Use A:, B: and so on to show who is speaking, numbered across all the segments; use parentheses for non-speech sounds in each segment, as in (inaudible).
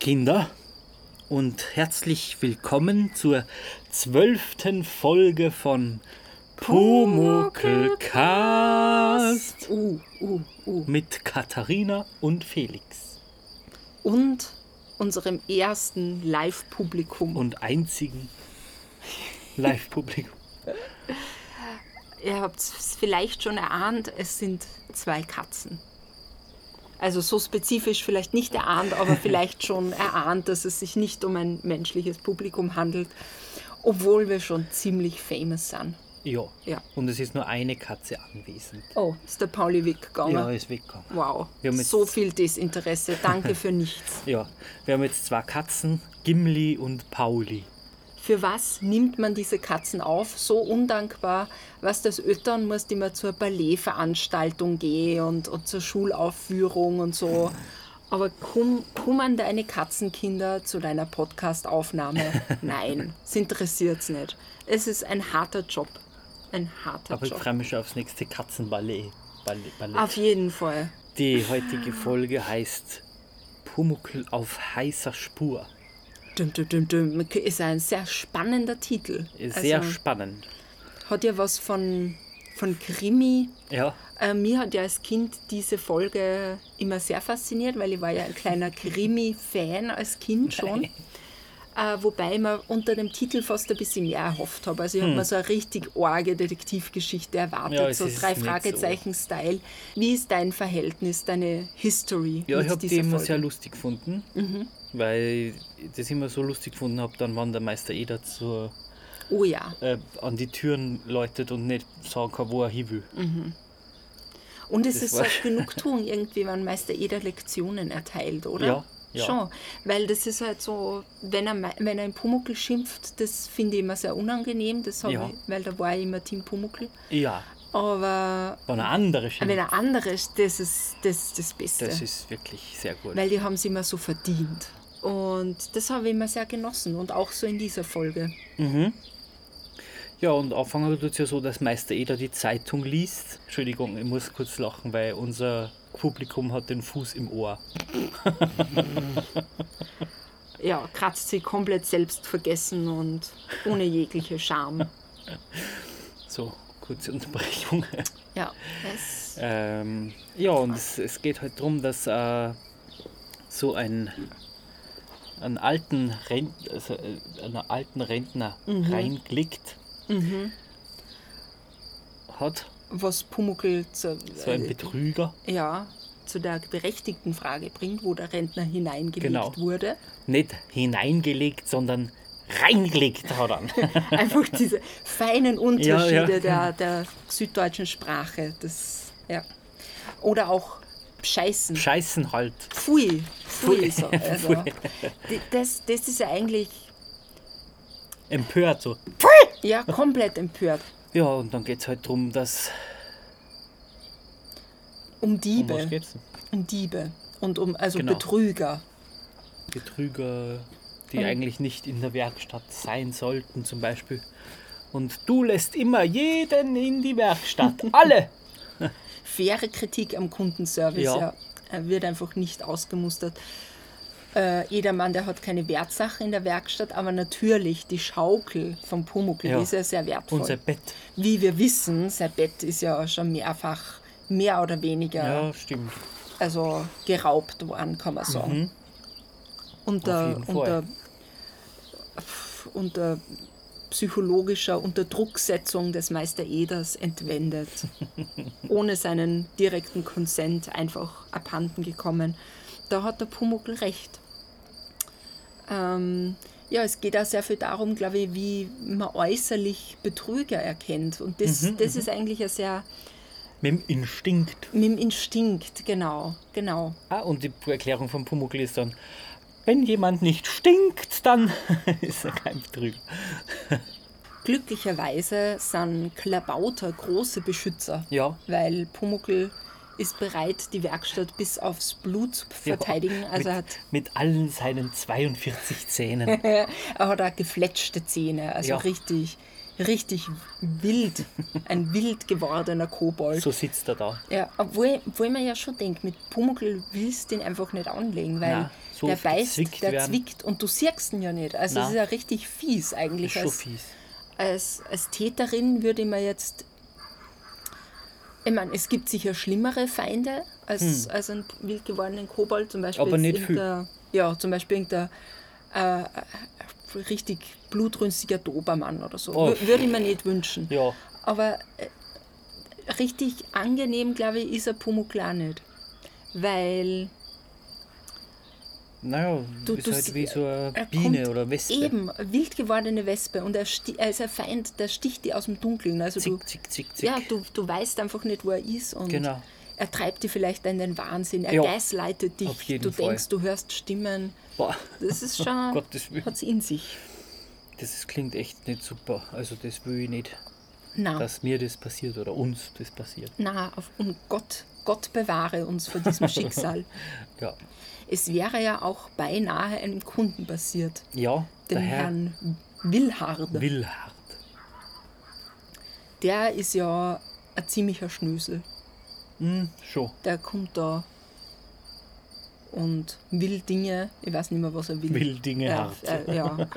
A: Kinder und herzlich willkommen zur zwölften Folge von Pumuckelcast
B: Uh, uh, uh.
A: mit Katharina und Felix
B: Und unserem ersten Live-Publikum.
A: und einzigen Live-Publikum.
B: Ihr habt es vielleicht schon erahnt, es sind zwei Katzen. Also so spezifisch vielleicht nicht erahnt, aber vielleicht schon erahnt, dass es sich nicht um ein menschliches Publikum handelt, obwohl wir schon ziemlich famous sind.
A: Ja.
B: Ja.
A: Und es ist nur eine Katze anwesend.
B: Oh, ist der Pauli weggegangen?
A: Ja, ist weggegangen.
B: wow,
A: Wir haben jetzt-
B: so viel Desinteresse. Danke für nichts.
A: Ja, wir haben jetzt zwei Katzen, Gimli und Pauli.
B: Für was nimmt man diese Katzen auf? So undankbar, was das Öttern muss, immer zur Ballettveranstaltung gehen und, und zur Schulaufführung und so. Aber komm, kommen deine Katzenkinder zu deiner Podcastaufnahme?
A: (laughs)
B: Nein, es interessiert es nicht. Es ist ein harter Job. Ein harter
A: Aber ich
B: Job.
A: freue mich schon aufs nächste Katzenballett. Ballett, Ballett.
B: Auf jeden Fall.
A: Die heutige Folge heißt Pumuckl auf heißer Spur.
B: Düm, düm, düm, düm. Ist ein sehr spannender Titel.
A: Ist Sehr
B: Also,
A: spannend.
B: hat ja was von, von Krimi,
A: Ja,
B: Äh, mir hat ja als Kind diese Folge immer sehr fasziniert, weil ich war ja
A: (laughs)
B: ein kleiner Krimi-Fan als Kind schon. Äh, wobei ich mir unter dem Titel fast ein bisschen mehr erhofft habe. Also ich habe mir so eine richtig arge Detektivgeschichte erwartet,
A: Hm. Ja, es
B: so
A: ist
B: drei
A: nicht
B: Fragezeichen-Style. Wie ist dein Verhältnis, deine History
A: ja ich
B: mit
A: habe die
B: dieser
A: immer
B: Folge? Mhm.
A: sehr lustig gefunden, weil ich das immer so lustig gefunden habe, dann wann der Meister Eder zur,
B: oh ja.
A: äh, an die Türen läutet und nicht sagen kann, wo er hin will.
B: Mhm. Und es
A: Das
B: ist so
A: war- (laughs)
B: eine Genugtuung irgendwie, wenn Meister Eder Lektionen erteilt, oder?
A: Ja, ja.
B: Schon, weil das ist halt so, wenn er, mei- wenn er im Pumuckl schimpft, das finde ich immer sehr unangenehm, das hab
A: Ja.
B: ich, weil da war ich immer Team Pumuckl.
A: Ja,
B: Aber
A: wenn er andere
B: wenn
A: schimpft,
B: er andere ist, das ist das, ist das Beste,
A: das ist wirklich sehr gut.
B: weil die haben es immer so verdient. Und das habe ich immer sehr genossen und auch so in dieser Folge.
A: Ja, und anfangen tut es ja so, dass Meister Eder die Zeitung liest. Entschuldigung, ich muss kurz lachen, weil unser Publikum hat den Fuß im Ohr.
B: Ja, kratzt sie komplett selbst vergessen und ohne jegliche Scham.
A: So, kurze Unterbrechung.
B: (laughs) Ja, es
A: Ähm, ja, und es, es geht halt darum, dass äh, so ein einen alten, Rent, also, äh, einen alten Rentner reinklickt hat,
B: was Pumuckl zu,
A: so ein
B: äh,
A: Betrüger.
B: ja, zu der berechtigten Frage bringt, wo der Rentner hineingelegt
A: Genau.
B: wurde. (laughs)
A: Nicht hineingelegt, sondern reingelegt hat er. ihn.
B: Einfach diese feinen Unterschiede
A: Ja, ja.
B: Der, der süddeutschen Sprache. Das, ja. Oder auch Scheißen.
A: Scheißen halt.
B: Pfui.
A: (laughs)
B: Pfui. So. Also, d- das, das ist ja eigentlich
A: Empört so.
B: ja, komplett empört.
A: Ja, und dann geht es halt darum, dass.
B: Um
A: Um was
B: Diebe.
A: geht's? denn?
B: Um Diebe. Und um also
A: Genau.
B: Betrüger.
A: Betrüger,
B: Hm.
A: die eigentlich nicht in der Werkstatt sein sollten, zum Beispiel. Und du lässt immer jeden in die
B: (laughs)
A: Werkstatt. Alle!
B: faire Kritik am Kundenservice
A: Ja.
B: ja. Er wird einfach nicht ausgemustert. Äh, jedermann, der hat keine Wertsache in der Werkstatt, aber natürlich die Schaukel vom Pumuckl,
A: Ja.
B: die ist ja sehr wertvoll.
A: Unser Bett.
B: Wie wir wissen, sein Bett ist ja schon mehrfach, mehr oder weniger,
A: Ja, stimmt.
B: also geraubt worden, kann man sagen. Und
A: Mhm. Auf
B: der,
A: jeden
B: und
A: Fall.
B: der, und der psychologischer Unterdrucksetzung des Meister
A: (laughs)
B: Eders entwendet, ohne seinen direkten Konsent einfach abhanden gekommen. Da hat der Pumuckl recht. Ähm, ja, es geht auch sehr viel darum, glaube ich, wie man äußerlich Betrüger erkennt. Und das,
A: Mhm,
B: das ist eigentlich ein sehr
A: Mit dem Instinkt.
B: mit dem Instinkt, genau, genau.
A: Ah, und die Erklärung von Pumuckl ist dann, wenn jemand nicht stinkt, dann (laughs) ist er kein Betrüger.
B: Glücklicherweise sind Klabauter große Beschützer,
A: Ja.
B: weil Pumuckl ist bereit, die Werkstatt bis aufs Blut zu
A: (laughs)
B: verteidigen.
A: Ja,
B: Also er hat,
A: mit, mit allen seinen 42 Zähnen.
B: (laughs) er hat auch gefletschte Zähne, also
A: Ja.
B: richtig richtig wild, ein wild gewordener Kobold.
A: So sitzt er da.
B: Ja, obwohl, obwohl man ja schon denkt, mit Pumuckl willst du den einfach nicht anlegen, weil
A: Na, so
B: der
A: oft
B: beißt,
A: gezwickt
B: der
A: werden.
B: zwickt und du siehst ihn ja nicht. Also
A: Na.
B: es ist ja richtig fies
A: Ist
B: eigentlich.
A: schon
B: Als,
A: fies.
B: als, als Täterin würde man jetzt, ich meine, es gibt sicher schlimmere Feinde als, als einen wild gewordenen Kobold, zum Beispiel
A: Hm. Aber
B: jetzt
A: nicht viel.
B: irgendein- Ja, zum Beispiel irgendein äh, äh, richtig blutrünstiger Dobermann oder so.
A: Oh.
B: Wür- Würde ich mir nicht wünschen.
A: Ja,
B: Aber äh, richtig angenehm, glaube ich, ist ein Pumuckl auch nicht. Weil
A: naja,
B: Du-
A: ist
B: du
A: halt
B: sie-
A: wie so
B: er
A: eine Biene
B: kommt
A: oder Wespe.
B: eben wild gewordene Wespe und er, sti- er ist ein Feind, der sticht die aus dem Dunkeln. Also du,
A: Zick, zick, zick, zick.
B: ja, du, du weißt einfach nicht, wo er ist und
A: Genau.
B: er treibt dich vielleicht in den Wahnsinn. Er
A: Ja.
B: geistleitet dich.
A: Auf jeden
B: du
A: Fall.
B: denkst, du hörst Stimmen.
A: Boah, (laughs)
B: Das ist schon,
A: Gottes Willen.
B: hat's in sich.
A: das ist- klingt echt nicht super. Also das will ich nicht,
B: Na,
A: dass mir das passiert oder uns das passiert.
B: na, auf, um Gott, Gott bewahre uns
A: (laughs)
B: vor diesem Schicksal.
A: Ja,
B: Es wäre ja auch beinahe einem Kunden passiert.
A: ja
B: dem
A: der Herr
B: Herrn Willhard.
A: Willhard.
B: der ist ja ein ziemlicher Schnösel.
A: Hm, schon.
B: Der kommt da und will Dinge, ich weiß nicht mehr, was er will.
A: Will Dinge
B: ja,
A: hart.
B: äh, ja.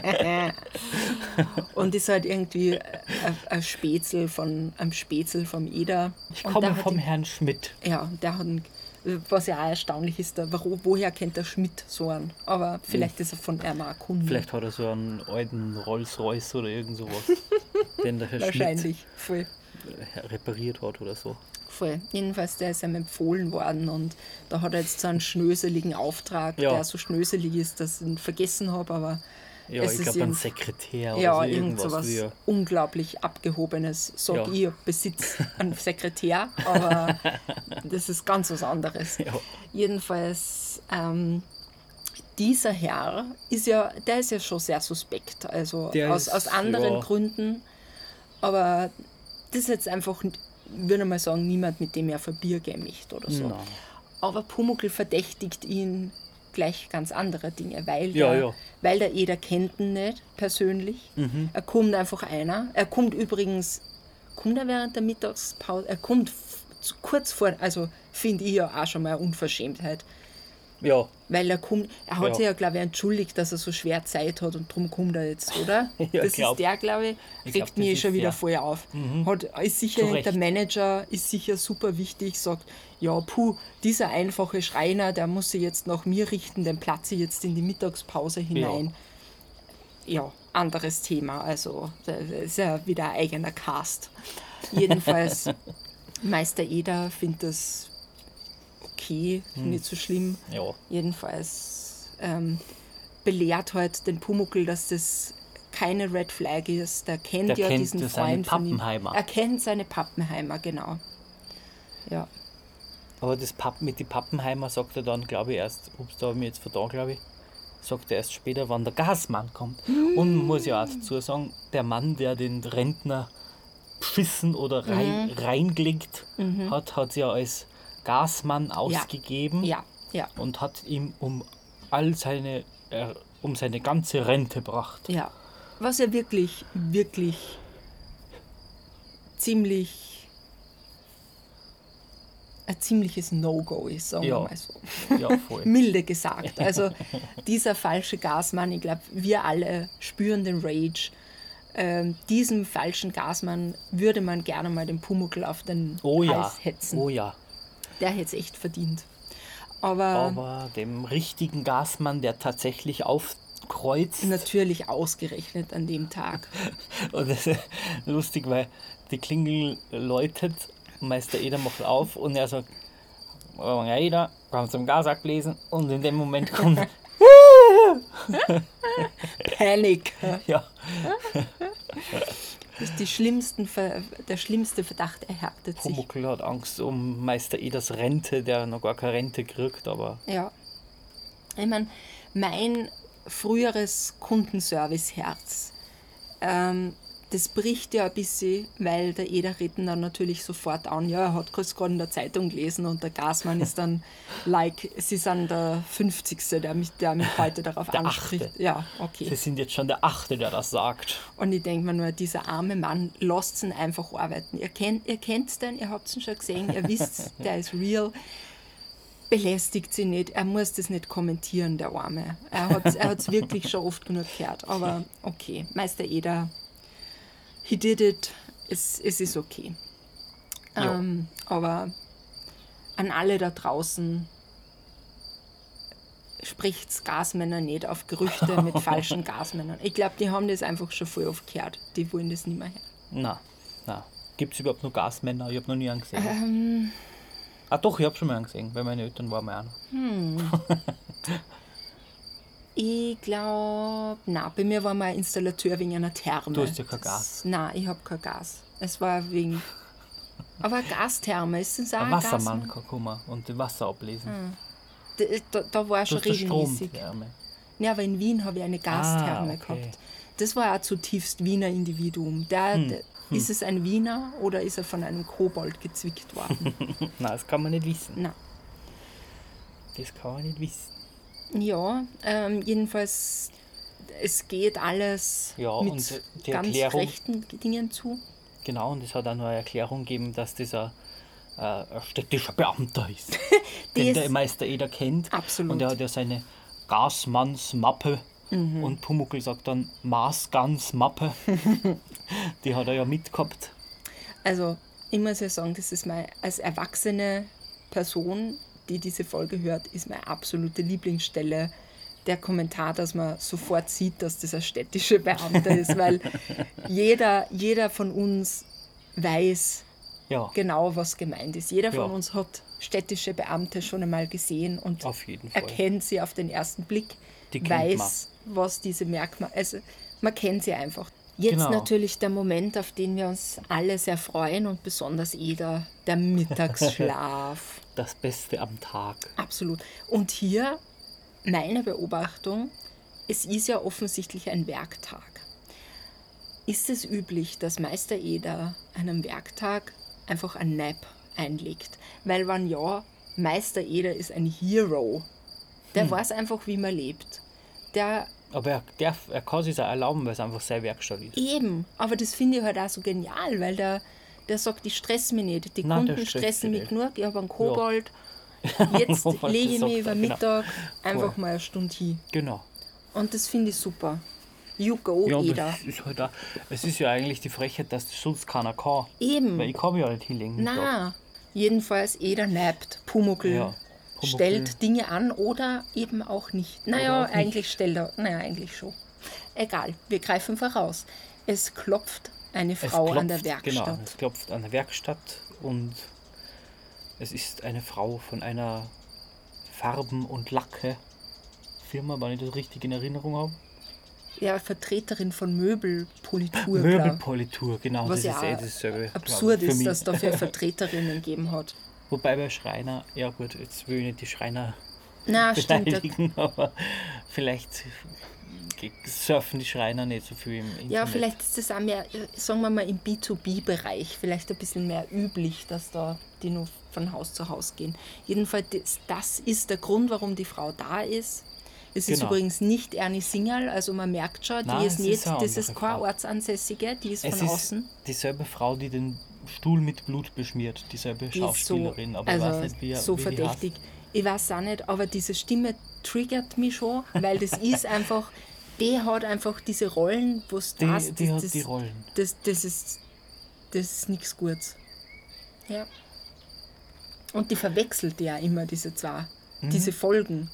A: (laughs)
B: und ist halt irgendwie ein- ein Spätzl von einem Spätzl vom Eder.
A: Ich
B: Und
A: komme
B: der hat
A: vom
B: ihn-
A: Herrn Schmidt.
B: Ja, und der hat ihn, was ja auch erstaunlich ist, der, wo, woher kennt der Schmidt so einen? Aber vielleicht ist er von einem auch ein Kunde.
A: Hm. Vielleicht hat er so einen alten Rolls-Royce oder irgend
B: (laughs)
A: sowas, den der Herr
B: Wahrscheinlich. Voll.
A: Schmidt repariert hat oder so.
B: Voll. Jedenfalls, der ist ihm empfohlen worden und da hat er jetzt so einen schnöseligen Auftrag,
A: Ja.
B: der so schnöselig ist, dass ich ihn vergessen habe, aber
A: Ja,
B: Es
A: ich
B: ist
A: glaube, ein
B: irgend-
A: Sekretär
B: ja,
A: oder so
B: irgend
A: Genau, also irgendwas.
B: sowas
A: wie er-
B: unglaublich Abgehobenes. Sag
A: Ja.
B: ich, besitz
A: (laughs)
B: einen Sekretär, aber das ist ganz was anderes.
A: Ja.
B: Jedenfalls, ähm, dieser Herr ist ja, der ist ja schon sehr suspekt, also
A: Der
B: aus,
A: ist,
B: aus anderen
A: ja.
B: Gründen. Aber das ist jetzt einfach, n- würde man sagen, niemand, mit dem er für Bier gehen möchte oder so.
A: Nein.
B: Aber Pumuckl verdächtigt ihn gleich ganz andere Dinge, weil,
A: Ja,
B: der,
A: ja. Mhm.
B: weil der Eder kennt ihn nicht persönlich. Er kommt einfach einer. Er kommt übrigens, kommt er während der Mittagspause, er kommt f- zu- kurz vor, also finde ich ja auch schon mal eine Unverschämtheit.
A: Ja,
B: Weil er kommt, er hat
A: Ja.
B: sich ja, glaube ich, entschuldigt, dass er so schwer Zeit hat und drum kommt er jetzt, oder?
A: (laughs) Ja,
B: das
A: glaub.
B: ist der, glaube ich,
A: Ich
B: regt
A: glaub, das
B: mich
A: ist
B: schon wieder
A: der. Mhm.
B: vorher auf. Hat, ist
A: Zu
B: sicher,
A: Recht.
B: der Manager ist sicher super wichtig, sagt, ja, puh, dieser einfache Schreiner, der muss sich jetzt nach mir richten, den platze ich jetzt in die Mittagspause hinein. Ja, anderes Thema, also das ist ja wieder ein eigener Cast.
A: (laughs)
B: Jedenfalls, Meister Eder findet das okay,
A: Hm.
B: nicht so schlimm.
A: ja.
B: Jedenfalls ähm, belehrt halt den Pumuckl, dass das keine Red Flag ist. Der kennt
A: Der
B: ja
A: kennt
B: diesen
A: ja seine
B: Freund von ihm.
A: Pappenheimer.
B: Er kennt seine Pappenheimer, genau. Ja,
A: Aber das Papp, mit den Pappenheimer sagt er dann, glaube ich, erst, ups, da habe ich mich jetzt vertan, glaube ich, sagt er erst später, wann der Gasmann kommt. Und man muss ja auch dazu sagen, der Mann, der den Rentner beschissen oder rein, reingelegt hat, hat ja als Gasmann ausgegeben
B: ja, ja,
A: und hat ihm um all seine, äh, um seine ganze Rente gebracht.
B: ja. Was ja wirklich, wirklich ziemlich ein ziemliches No-Go ist, sagen
A: Ja.
B: wir mal so.
A: Ja, voll.
B: milde gesagt.
A: (laughs)
B: Also dieser falsche Gasmann, ich glaube, wir alle spüren den Rage. Ähm, diesem falschen Gasmann würde man gerne mal den Pumuckl auf den
A: Oh ja,
B: Hals hetzen.
A: oh ja.
B: Der hätte es echt verdient. Aber
A: Aber dem richtigen Gasmann, der tatsächlich aufkreuzt,
B: Mhm. natürlich ausgerechnet an dem Tag.
A: Und das ist lustig, weil die Klingel läutet, Meister Eder macht auf und er sagt, "Oh, Herr Eder, komm zum Gasak lesen. Und in dem Moment kommt,
B: (laughs) Panik.
A: (laughs) ja,
B: Das ist die schlimmsten Ver der schlimmste Verdacht erhärtet sich.
A: Pumuckl hat Angst um Meister Eders Rente, der noch gar keine Rente kriegt, aber
B: Ja. Ich meine, mein früheres Kundenservice-Herz, ähm, das bricht ja ein bisschen, weil der Eder reden dann natürlich sofort an, ja, er hat gerade in der Zeitung gelesen und der Gasmann ist dann
A: (laughs)
B: like, sie sind der 50. der mich, der mich heute darauf
A: Der
B: anspricht.
A: Achte.
B: Ja, okay.
A: Sie sind jetzt schon der Achte, der das sagt.
B: Und ich denke mir nur, dieser arme Mann, lasst ihn einfach arbeiten. Ihr kennt ihr kennt's den, ihr habt ihn schon gesehen, ihr wisst, der ist real. Belästigt sie nicht, er muss das nicht kommentieren, der Arme. Er hat es er hat's wirklich schon oft genug gehört. Aber okay, Meister Eder, he did it, es, es ist okay.
A: Jo.
B: Ähm, aber an alle da draußen, spricht Gasmänner nicht auf Gerüchte (laughs) mit falschen Gasmännern. Ich glaube, die haben das einfach schon voll oft gehört. Die wollen das nicht mehr hören.
A: Na, na. Gibt es überhaupt noch Gasmänner? Ich habe noch nie einen gesehen.
B: Ähm.
A: Ah doch, ich habe schon mal einen gesehen. Bei meinen Eltern war mal einer.
B: Ich glaube, na, bei mir war mal ein Installateur wegen einer Therme.
A: Du hast ja kein Gas.
B: Das, nein, ich habe kein Gas. Es war (laughs) wegen. Aber eine Gastherme ist das auch
A: Ein
B: ein
A: Wassermann
B: Ah, Gasmann? Ah,
A: kann kommen und den Wasser ablesen.
B: Da, da, da war schon
A: Du hast der
B: regelmäßig.
A: Stromwärme.
B: Ja, aber in Wien habe ich eine Gastherme
A: Ah, okay.
B: gehabt. Das war auch zutiefst Wiener Individuum. Da,
A: Hm.
B: da- Ist es ein Wiener oder ist er von einem Kobold gezwickt
A: (laughs)
B: worden?
A: Nein, das kann man nicht wissen.
B: Na,
A: Das kann man nicht wissen.
B: ja, ähm, jedenfalls, es geht alles
A: Ja,
B: mit
A: und die
B: ganz
A: Erklärung-
B: rechten Dingen zu.
A: Genau, und es hat auch noch eine Erklärung gegeben, dass dieser äh, ein städtischer Beamter
B: (laughs)
A: ist, den
B: Das-
A: der Meister Eder kennt.
B: Absolut.
A: Und er hat ja seine Gasmannsmappe.
B: Mhm.
A: Und Pumuckl sagt dann
B: (laughs)
A: Maßgansmappe. Die hat er ja mitgehabt.
B: Also, ich muss ja sagen, das ist mein, als erwachsene Person, die diese Folge hört, ist meine absolute Lieblingsstelle der Kommentar, dass man sofort sieht, dass das ein städtischer Beamter ist, weil jeder, jeder von uns weiß
A: Ja,
B: genau, was gemeint ist. Jeder von
A: Ja.
B: uns hat städtische Beamte schon einmal gesehen und
A: auf jeden Fall.
B: erkennt sie auf den ersten Blick,
A: Die kennt
B: weiß, was diese Merkmale, also man kennt sie einfach. Jetzt
A: Genau.
B: natürlich der Moment, auf den wir uns alle sehr freuen und besonders jeder, der
A: (laughs)
B: Mittagsschlaf.
A: Das Beste am Tag.
B: Absolut. Und hier meine Beobachtung, es ist ja offensichtlich ein Werktag. Ist es üblich, dass Meister Eder an einem Werktag einfach ein Nap einlegt? Weil wann ja, Meister Eder ist ein Hero. Der weiß einfach, wie man lebt. Der
A: Aber er, darf, er kann sich auch erlauben, weil es einfach seine Werkstatt ist.
B: Eben, aber das finde ich halt auch so genial, weil der, der sagt, ich stress mich nicht. Die
A: Nein, der
B: Kunden
A: stresst
B: stressen
A: sich
B: mich
A: nicht.
B: genug, ich habe
A: (laughs)
B: einen Kobold. Jetzt
A: Kobold,
B: lege
A: das
B: ich
A: sagt
B: mich
A: er,
B: über
A: genau.
B: Mittag einfach
A: Voll.
B: mal eine Stunde hin.
A: Genau.
B: Und das finde ich super. You go,
A: Ja, aber
B: Eder.
A: es ist, halt auch, es ist ja eigentlich die Frechheit, dass das sonst keiner kann.
B: Eben.
A: Weil ich kann mich ja nicht hinlegen. den Tag.
B: Na, jedenfalls Eder nappt, Pumuckl,
A: Ja, Pumuckl.
B: stellt Dinge an oder eben auch nicht. Naja,
A: Oder auch nicht.
B: eigentlich stellt er, naja, eigentlich schon. Egal, wir greifen voraus. Es klopft eine
A: Es
B: Frau an
A: klopft,
B: der Werkstatt.
A: Genau, es klopft an der Werkstatt und es ist eine Frau von einer Farben- und Lacke-Firma, wenn ich das richtig in Erinnerung habe.
B: ja, Vertreterin von Möbelpolitur. glaub.
A: Möbelpolitur, genau,
B: Was
A: das
B: ja
A: ist eh
B: auch
A: dasselbe.
B: absurd
A: für
B: ist,
A: mich.
B: dass es dafür Vertreterinnen gegeben hat.
A: Wobei bei Schreiner, ja gut, jetzt will ich nicht die Schreiner
B: Na, stimmt. da-
A: beleidigen, (laughs) aber vielleicht ge- surfen die Schreiner nicht so viel im Internet.
B: Ja, vielleicht ist das auch mehr, sagen wir mal, im B2B-Bereich vielleicht ein bisschen mehr üblich, dass da die nur von Haus zu Haus gehen. Jedenfalls, das- das ist der Grund, warum die Frau da ist. Es ist
A: Genau.
B: übrigens nicht Ernie Singerl, also man merkt schon, die
A: Nein,
B: ist
A: es ist
B: nicht,
A: eine
B: das ist
A: andere
B: keine
A: Frau.
B: Ortsansässige, die ist
A: Es
B: von
A: ist
B: außen.
A: dieselbe Frau, die den Stuhl mit Blut beschmiert, dieselbe
B: Die ist also
A: Schauspielerin, aber ich weiß nicht, wie,
B: so
A: wie die heißt.
B: verdächtig. Ich weiß auch nicht, aber diese Stimme triggert mich schon,
A: (laughs)
B: weil das ist einfach, die hat einfach diese Rollen, wo es
A: Die,
B: das,
A: die
B: das,
A: hat
B: das,
A: die Rollen.
B: Das, das ist, das ist nichts Gutes. Ja. Und die verwechselt ja immer diese zwei,
A: Mhm.
B: diese Folgen,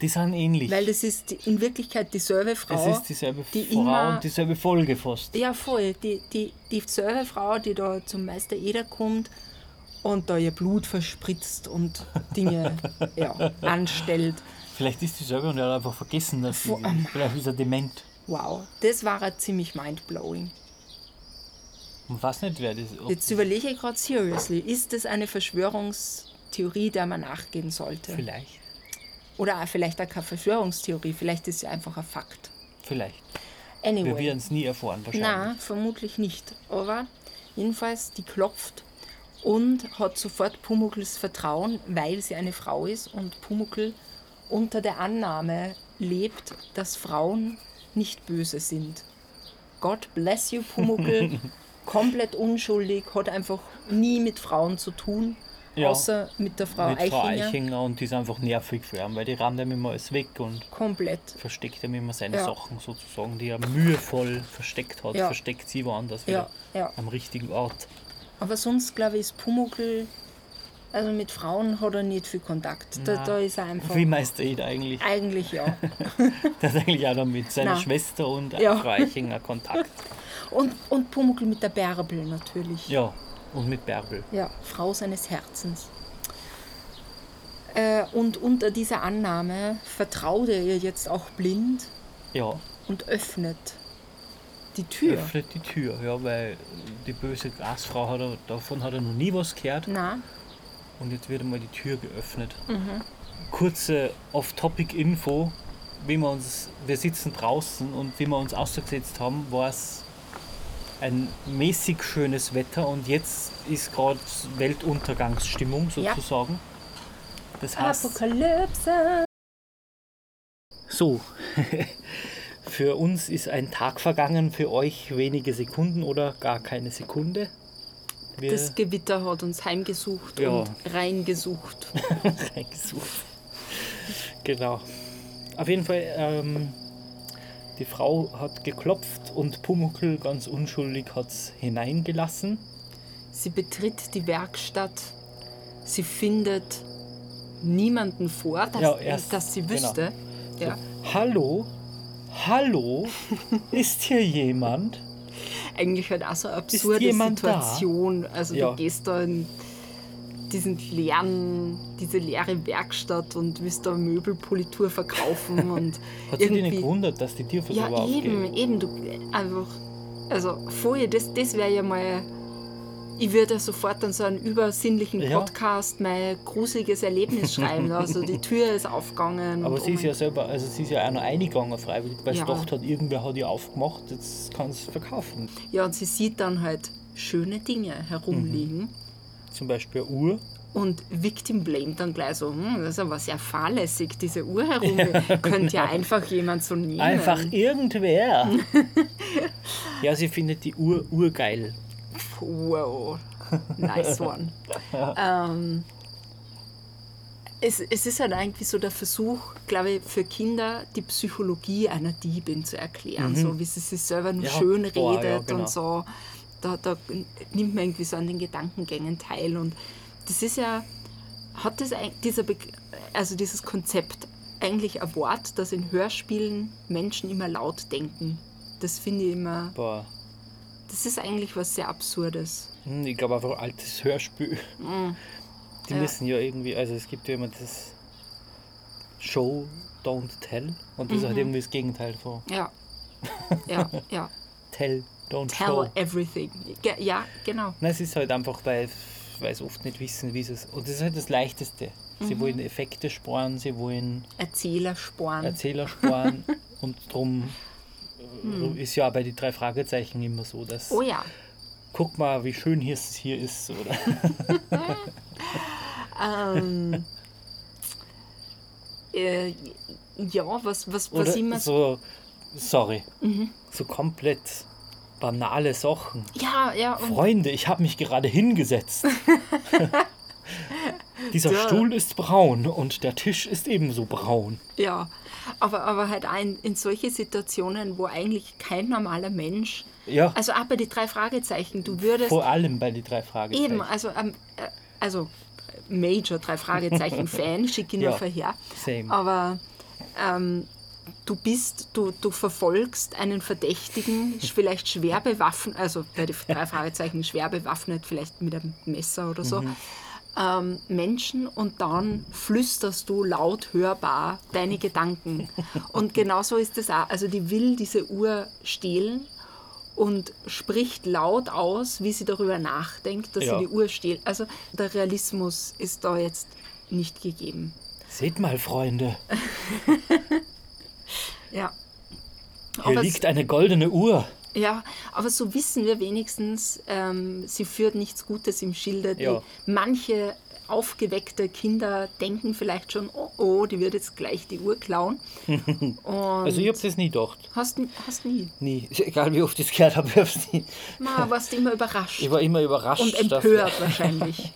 A: Die sind ähnlich.
B: weil das ist die- in Wirklichkeit dieselbe Frau.
A: es ist dieselbe
B: die
A: Frau
B: immer-
A: und dieselbe Folge fast.
B: Ja, voll. Die, die, die Serverfrau, die da zum Meister Eder kommt und da ihr Blut verspritzt und Dinge ja, anstellt.
A: Vielleicht ist dieselbe und er hat einfach vergessen, dass sie
B: Vor-
A: sie Vielleicht ist er dement.
B: Wow, das war ja ziemlich mindblowing.
A: Und weiß nicht, wer das ob
B: Jetzt überlege ich gerade seriously, ist das eine Verschwörungstheorie, der man nachgehen sollte?
A: Vielleicht.
B: Oder auch vielleicht auch keine Verschwörungstheorie, vielleicht ist sie einfach ein Fakt.
A: Vielleicht. Wir
B: Anyway.
A: werden es nie erfahren wahrscheinlich.
B: eh. Na, vermutlich nicht. Aber jedenfalls, die klopft und hat sofort Pumukls Vertrauen, weil sie eine Frau ist und Pumuckl unter der Annahme lebt, dass Frauen nicht böse sind. God bless you,
A: (laughs)
B: Pumuckl. komplett unschuldig, hat einfach nie mit Frauen zu tun,
A: Ja.
B: außer mit der Frau,
A: mit
B: Eichinger.
A: Frau Eichinger und die ist einfach nervig für ihn, weil die rammt ihm immer alles weg und
B: Komplett.
A: versteckt ihm immer seine
B: Ja.
A: Sachen sozusagen, die er mühevoll versteckt hat.
B: Ja.
A: Versteckt sie woanders
B: Ja,
A: wieder.
B: ja.
A: Am richtigen Ort.
B: Aber sonst, glaube ich, ist Pumuckl, also mit Frauen hat er nicht viel Kontakt. Da,
A: Na,
B: da ist er einfach.
A: Wie Meister Ed eigentlich. (laughs)
B: Eigentlich ja.
A: Das ist eigentlich auch noch mit seiner
B: Na.
A: Schwester und
B: Ja.
A: Frau Eichinger Kontakt.
B: (laughs) Und, und Pumuckl mit der Bärbel natürlich.
A: Ja, und mit Bärbel.
B: Ja, Frau seines Herzens. Äh, und unter dieser Annahme vertraut er ihr jetzt auch blind
A: Ja,
B: und öffnet die Tür.
A: öffnet die Tür, ja, weil die böse Glasfrau hat er, davon hat er noch nie was gehört.
B: Na,
A: Und jetzt wird einmal die Tür geöffnet.
B: Mhm.
A: Kurze Off-Topic-Info, wie wir uns, wir sitzen draußen und wie wir uns ausgesetzt haben, war es ein mäßig schönes Wetter und jetzt ist gerade Weltuntergangsstimmung
B: Ja. Ah,
A: sozusagen. Das heißt,
B: Apokalypse!
A: so, (laughs) für uns ist ein Tag vergangen, für euch wenige Sekunden oder gar keine Sekunde. Wir
B: Das Gewitter hat uns heimgesucht
A: Ja.
B: und reingesucht.
A: reingesucht. genau. Auf jeden Fall, ähm, die Frau hat geklopft und Pumuckl ganz unschuldig hat es hineingelassen.
B: Sie betritt die Werkstatt. Sie findet niemanden vor, dass,
A: Ja, erst-
B: dass sie
A: genau.
B: wüsste. Ja.
A: Hallo?
B: (laughs)
A: Hallo? Ist hier jemand?
B: eigentlich halt auch so eine absurde
A: jemand da?
B: Situation. Also
A: Ja.
B: du gehst da in diesen leeren, diese leere Werkstatt und willst da Möbelpolitur verkaufen und
A: (laughs) Hat sie dich
B: irgendwie.
A: nicht gewundert, dass die Tür für
B: ja,
A: so war
B: eben,
A: aufgeht?
B: eben. Du einfach, also vorher, das, das wäre ja mal. Ich würde ja sofort dann so einen übersinnlichen
A: Ja.
B: Podcast mein gruseliges
A: (laughs)
B: Erlebnis schreiben. Also die Tür ist aufgegangen.
A: Aber
B: und
A: sie
B: oh
A: ist
B: mein
A: ja selber, also sie ist ja auch noch eingegangen freiwillig, weil
B: Ja.
A: sie gedacht hat, irgendwer hat ihr aufgemacht, jetzt kann sie es verkaufen.
B: ja, und sie sieht dann halt schöne Dinge herumliegen.
A: Mhm. Zum Beispiel eine Uhr.
B: Und Victim Blame dann gleich so, hm, das ist aber sehr fahrlässig,
A: (laughs)
B: diese Uhr herum. Könnte ja einfach jemand so nehmen.
A: Einfach
B: (laughs)
A: irgendwer. ja, sie findet die Uhr urgeil.
B: Wow,
A: (laughs)
B: nice one. ähm, es, es ist halt irgendwie so der Versuch, glaube ich, für Kinder die Psychologie einer Diebin zu erklären, so wie sie sich selber nur
A: Mhm. Ja,
B: schön redet
A: boah, ja, genau.
B: und so. Da, da nimmt man irgendwie so an den Gedankengängen teil und das ist ja, hat das eig- dieser Be also dieses Konzept eigentlich ein Wort, dass in Hörspielen Menschen immer laut denken. Das finde ich immer
A: Boah.
B: das ist eigentlich was sehr Absurdes.
A: Hm, Ich glaube einfach altes Hörspiel. Die
B: Mm. ja.
A: müssen ja irgendwie, also es gibt ja immer das Show Don't Tell und das ist
B: Mhm.
A: halt irgendwie das Gegenteil von
B: Ja.
A: (laughs)
B: Ja, ja.
A: Tell Don't
B: Tell
A: Show.
B: everything. Ge ja, genau.
A: Nein, es ist halt einfach, weil, weil sie oft nicht wissen, wie sie es. Und das ist halt das Leichteste.
B: Mhm.
A: Sie wollen Effekte sparen, sie wollen
B: Erzählersporn.
A: Erzähler
B: (laughs)
A: sparen und drum äh,
B: Mhm.
A: ist ja auch bei den drei Fragezeichen immer so, dass
B: oh ja.
A: guck mal, wie schön hier es hier ist. Oder? (laughs)
B: Ähm, äh, ja, was, was, was
A: oder
B: immer.
A: so, sorry, so komplett banale Sachen.
B: Ja, ja. Und
A: Freunde, ich habe mich gerade
B: (laughs)
A: hingesetzt. Dieser
B: Ja.
A: Stuhl ist braun und der Tisch ist ebenso braun.
B: Ja, aber, aber halt auch in, in solche Situationen, wo eigentlich kein normaler Mensch,
A: Ja,
B: also auch bei die drei Fragezeichen, du würdest
A: vor allem bei den drei Fragezeichen.
B: eben, also, ähm, äh, also Major drei Fragezeichen Fan, schick ihn
A: Ja.
B: ja. einfach her.
A: Same.
B: Aber ähm, du bist, du, du verfolgst einen Verdächtigen, sch- vielleicht schwer bewaffnet, also bei den drei Fragezeichen schwer bewaffnet, vielleicht mit einem Messer oder so.
A: Mhm.
B: Ähm, Menschen und dann flüsterst du laut hörbar deine Gedanken.
A: (laughs)
B: Und genauso ist es auch. Also, die will diese Uhr stehlen und spricht laut aus, wie sie darüber nachdenkt, dass
A: Ja.
B: sie die Uhr stehlt. Also, der Realismus ist da jetzt nicht gegeben.
A: Seht mal, Freunde.
B: Ja.
A: Hier
B: Aber
A: liegt eine goldene Uhr.
B: Ja, aber so wissen wir wenigstens, ähm, sie führt nichts Gutes im Schilde. Die,
A: Ja.
B: Manche aufgeweckte Kinder denken vielleicht schon, oh oh, die wird jetzt gleich die Uhr klauen. Und
A: Also ich habe das nie gedacht.
B: hast, n- hast nie.
A: Nie. Ist Egal wie oft ich es gehört habe, ich hab's nie. (laughs)
B: Ma, warst immer überrascht
A: Ich war immer überrascht,
B: und
A: dass-
B: empört wahrscheinlich.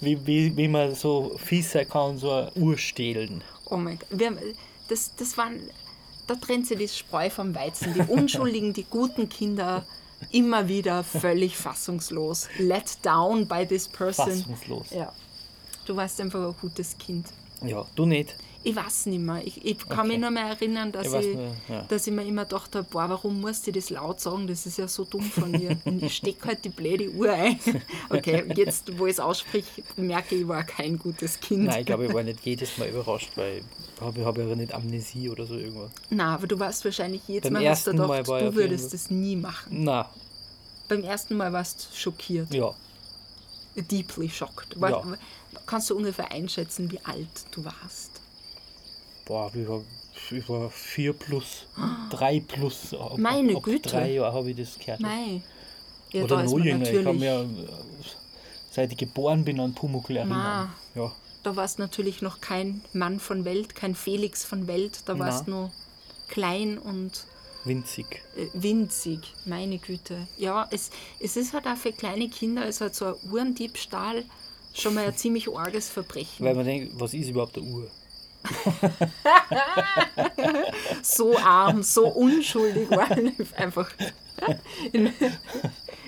A: wie, wie, wie man so fies sein kann, so eine Uhr stehlen.
B: Oh mein Gott. Wir, das, das waren, da trennt sie die Spreu vom Weizen. Die Unschuldigen, die guten Kinder, immer wieder völlig fassungslos. Let down by this person.
A: Fassungslos.
B: Ja. Du warst einfach ein gutes Kind.
A: Ja, du nicht.
B: Ich weiß nicht mehr. Ich, ich kann mich
A: Okay.
B: nur mehr erinnern, dass
A: Ich
B: ich,
A: weiß nur, ja.
B: dass ich mir immer gedacht habe, boah, warum musst du das laut sagen? Das ist ja so dumm
A: (laughs)
B: von dir. Und ich stecke halt die blöde Uhr ein. (laughs) Okay, jetzt, wo ich es ausspreche, merke ich, ich war kein gutes Kind.
A: Nein, ich glaube, ich (laughs) war nicht jedes Mal überrascht, weil ich habe hab ja nicht Amnesie oder so irgendwas.
B: Na, aber du warst wahrscheinlich jedes
A: Beim
B: Mal, hast du
A: ersten Mal
B: gedacht,
A: war ich
B: du
A: auf jeden
B: würdest
A: Fall-
B: das nie machen.
A: Na,
B: Beim ersten Mal warst du schockiert,
A: ja.
B: deeply shocked. War,
A: Ja.
B: Kannst du ungefähr einschätzen, wie alt du warst?
A: Boah, ich war, ich war 4 plus, 3 plus. äh, Ab,
B: Meine
A: ab
B: Güte.
A: drei Jahre habe ich das gehört.
B: Nein. Ja,
A: oder
B: da ist
A: noch
B: man
A: jünger. Ich kann
B: natürlich.
A: mich ja, äh, seit ich geboren bin, an Pumuckl erinnern. Ja.
B: Da warst natürlich noch kein Mann von Welt, kein Felix von Welt. Da warst
A: Na.
B: nur klein und
A: Winzig.
B: äh, winzig. Meine Güte. Ja, es, es ist halt auch für kleine Kinder, ist halt so ein Uhrendiebstahl schon
A: (laughs)
B: mal ein ziemlich arges Verbrechen.
A: Weil man denkt, was ist überhaupt eine Uhr?
B: So arm, so unschuldig waren (laughs) einfach. In,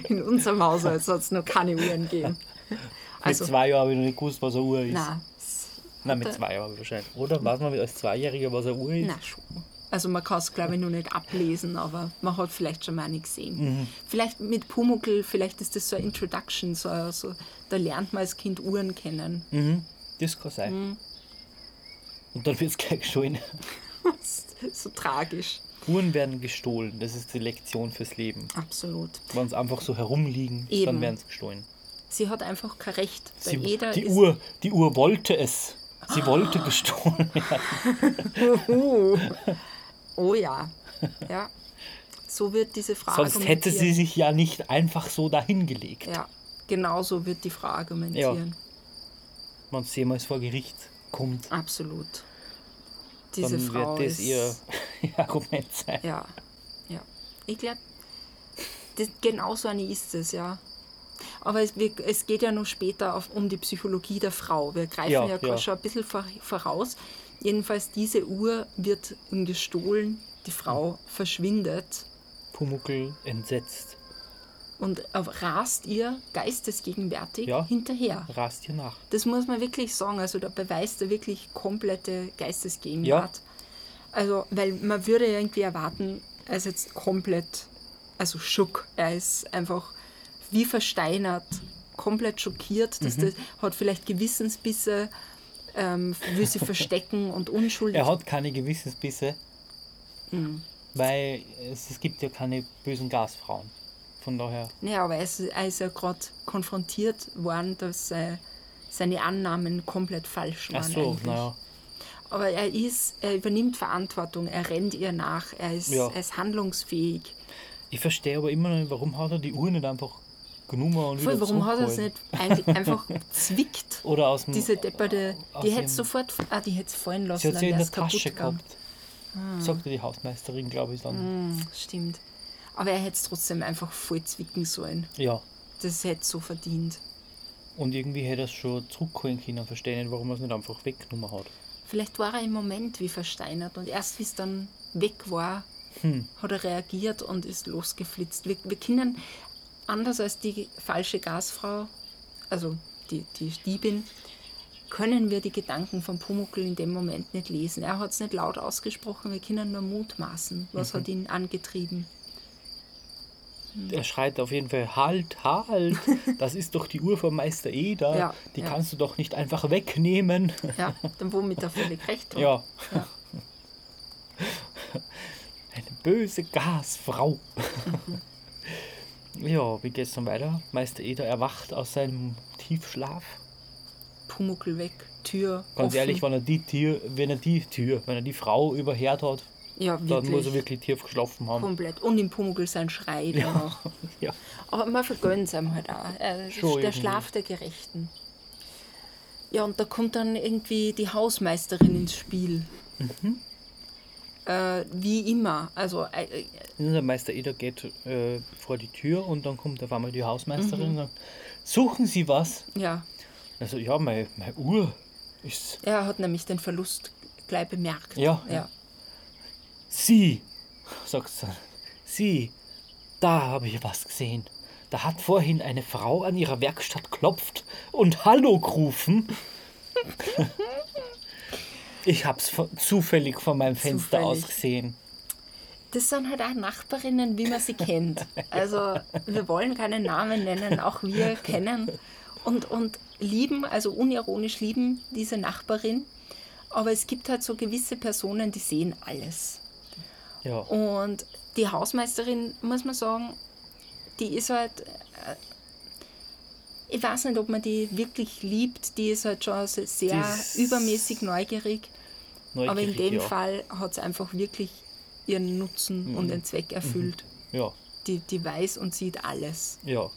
B: in unserem Haus hat es noch keine Uhren gegeben. Also,
A: mit zwei Jahren habe ich noch nicht gewusst, was eine Uhr ist.
B: na,
A: Nein, mit zwei Jahren wahrscheinlich. Oder weiß man als Zweijähriger, was eine Uhr ist?
B: Na schon. Also man kann es, glaube ich, noch nicht ablesen, aber man hat vielleicht schon mal eine gesehen.
A: Mhm.
B: Vielleicht mit Pumuckl, vielleicht ist das so eine Introduction, so, ein- so da lernt man als Kind Uhren kennen.
A: Mhm. Das kann sein.
B: Hm.
A: Und dann wird es gleich gestohlen.
B: so tragisch.
A: Uhren werden gestohlen. Das ist die Lektion fürs Leben.
B: Absolut.
A: Wenn sie einfach so herumliegen,
B: Eben.
A: dann werden sie gestohlen.
B: Sie hat einfach kein Recht, weil
A: Sie,
B: jeder
A: die,
B: ist... Ah.
A: Uhr, die Uhr wollte es. Sie wollte
B: (laughs)
A: gestohlen.
B: (laughs) Oh.
A: (laughs)
B: oh ja. Ja. So wird diese Frage
A: Sonst hätte sie
B: argumentiert.
A: sich ja nicht einfach so dahingelegt.
B: Ja, genau so wird die Frage argumentieren.
A: Wenn es jemals vor Gericht kommt,
B: Absolut. Diese
A: dann
B: Frau
A: wird das
B: ist...
A: ihr (laughs) Argument sein.
B: Ja, ja. Ich glaube, genau so eine ist es, ja. Aber es, wir, es geht ja noch später auf, um die Psychologie der Frau. Wir greifen ja,
A: Ja,
B: ja.
A: ja.
B: schon ein bisschen vor- voraus. Jedenfalls, diese Uhr wird ihm gestohlen, die
A: Hm.
B: Frau verschwindet
A: Pumuckl entsetzt.
B: und rast ihr geistesgegenwärtig
A: Ja.
B: hinterher.
A: Rast ihr nach.
B: Das muss man wirklich sagen. Also da beweist er wirklich komplette Geistesgegenwart. Also, weil man würde ja irgendwie erwarten, er ist jetzt komplett, also schock. Er ist einfach wie versteinert, komplett schockiert.
A: Mhm.
B: Das, das hat vielleicht Gewissensbisse, ähm, will sie verstecken
A: (laughs)
B: und unschuldig.
A: Er hat keine Gewissensbisse,
B: Mhm.
A: weil es, es gibt ja keine bösen Gasfrauen. Von daher,
B: Naja, aber er ist, er ist ja gerade konfrontiert worden, dass äh, seine Annahmen komplett falsch waren.
A: ach so,
B: eigentlich.
A: naja.
B: Aber er ist, er übernimmt Verantwortung, er rennt ihr nach, er ist,
A: Ja.
B: er ist handlungsfähig.
A: Ich verstehe aber immer noch nicht, warum hat er die Uhr nicht einfach genommen und
B: Voll,
A: wieder
B: warum hat er es
A: zurückgeholt?
B: nicht ein, einfach
A: (laughs)
B: zwickt?
A: Oder aus dem,
B: Diese Depperte,
A: aus
B: die
A: dem-
B: hätte es sofort, ah, die hätte es fallen lassen,
A: Hm. Sie hat sie in
B: wäre
A: der
B: es kaputt
A: Tasche
B: gegangen.
A: gehabt. Sagte die Hausmeisterin, glaube ich, dann.
B: Hm, stimmt. Aber er hätte es trotzdem einfach voll zwicken sollen.
A: Ja.
B: Das hätte es so verdient.
A: Und irgendwie hätte er es schon zurückholen können, verstehe nicht, warum er es nicht einfach weggenommen hat.
B: Vielleicht war er im Moment wie versteinert und erst wie es dann weg war,
A: Hm.
B: hat er reagiert und ist losgeflitzt. Wir, wir können, anders als die falsche Gasfrau, also die, die Diebin, können wir die Gedanken von Pumuckl in dem Moment nicht lesen. Er hat es nicht laut ausgesprochen, wir können nur mutmaßen, was
A: Mhm.
B: hat
A: (laughs)
B: ihn angetrieben. Mhm.
A: Er schreit auf jeden Fall, halt,
B: (laughs)
A: halt, das ist doch die Uhr vom Meister Eder,
B: Ja,
A: die
B: ja.
A: kannst du doch nicht einfach wegnehmen.
B: Ja, dann womit er völlig recht hat.
A: Ja.
B: Ja.
A: (laughs) Eine böse Gasfrau. (laughs) ja, wie geht's dann weiter? Meister Eder erwacht aus seinem Tiefschlaf.
B: Pumuckl weg, Tür
A: Ganz
B: offen.
A: ehrlich, wenn er die Tür, wenn er die Tür, wenn er die Frau überhört hat,
B: Ja, wirklich.
A: Dann muss er wirklich tief geschlafen haben.
B: Komplett. Und im Pumuckl sein Schrei danach.
A: Ja.
B: Aber man vergönnt es einem halt auch. Äh,
A: Schon
B: der
A: irgendwie.
B: Schlaf der Gerechten. Ja, und da kommt dann irgendwie die Hausmeisterin ins Spiel.
A: Mhm.
B: Äh, wie immer. Also, äh, äh,
A: Unser Meister Eder geht äh, vor die Tür und dann kommt auf einmal die Hausmeisterin
B: Mhm.
A: und sagt, suchen Sie was?
B: ja,
A: Also ja, meine, meine Uhr ist
B: er hat nämlich den Verlust gleich bemerkt.
A: Ja.
B: ja.
A: Sie, sagt sie. Sie, da habe ich was gesehen. Da hat vorhin eine Frau an ihrer Werkstatt klopft und Hallo gerufen. (laughs) ich hab's von, zufällig von meinem Fenster
B: Zufällig.
A: aus gesehen.
B: Das sind halt auch Nachbarinnen, wie
A: (laughs)
B: man sie kennt. Also wir wollen keine Namen nennen, auch wir kennen und, und lieben, also unironisch lieben diese Nachbarin. Aber es gibt halt so gewisse Personen, die sehen alles.
A: Ja,
B: Und die Hausmeisterin, muss man sagen, die ist halt, äh, ich weiß nicht, ob man die wirklich liebt, die ist halt schon se- sehr
A: Das-
B: übermäßig neugierig.
A: neugierig,
B: Aber in dem
A: ja. Mhm.
B: Fall hat es einfach wirklich ihren Nutzen und den Zweck erfüllt.
A: Ja,
B: Die, die weiß und sieht alles.
A: ja.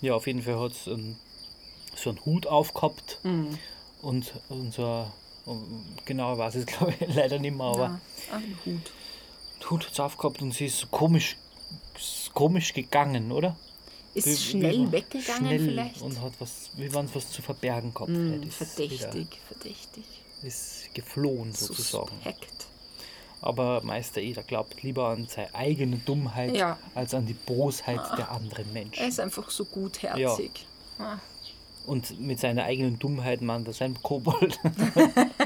A: Ja, auf jeden Fall hat es so einen Hut aufgehabt
B: Mhm.
A: und, und so, ein- um, genau weiß ich glaube ich (laughs) leider nicht mehr, aber
B: Ja, ein Hut.
A: Hut hat's aufgehabt und sie ist so komisch, ist komisch gegangen, oder?
B: Ist
A: Wie- wie
B: schnell
A: war-
B: weggegangen
A: schnell
B: vielleicht?
A: Und hat was, wie waren was zu verbergen gehabt.
B: Hm,
A: hätte ich's
B: verdächtig, verdächtig.
A: wieder- Ist geflohen sozusagen.
B: Suspekt.
A: Aber Meister Eder glaubt lieber an seine eigene Dummheit
B: Ja. Ah.
A: als an die Bosheit der anderen
B: Er
A: Menschen.
B: ist einfach so gutherzig. Ah,
A: Und mit seiner eigenen Dummheit meint er sein Kobold. (laughs)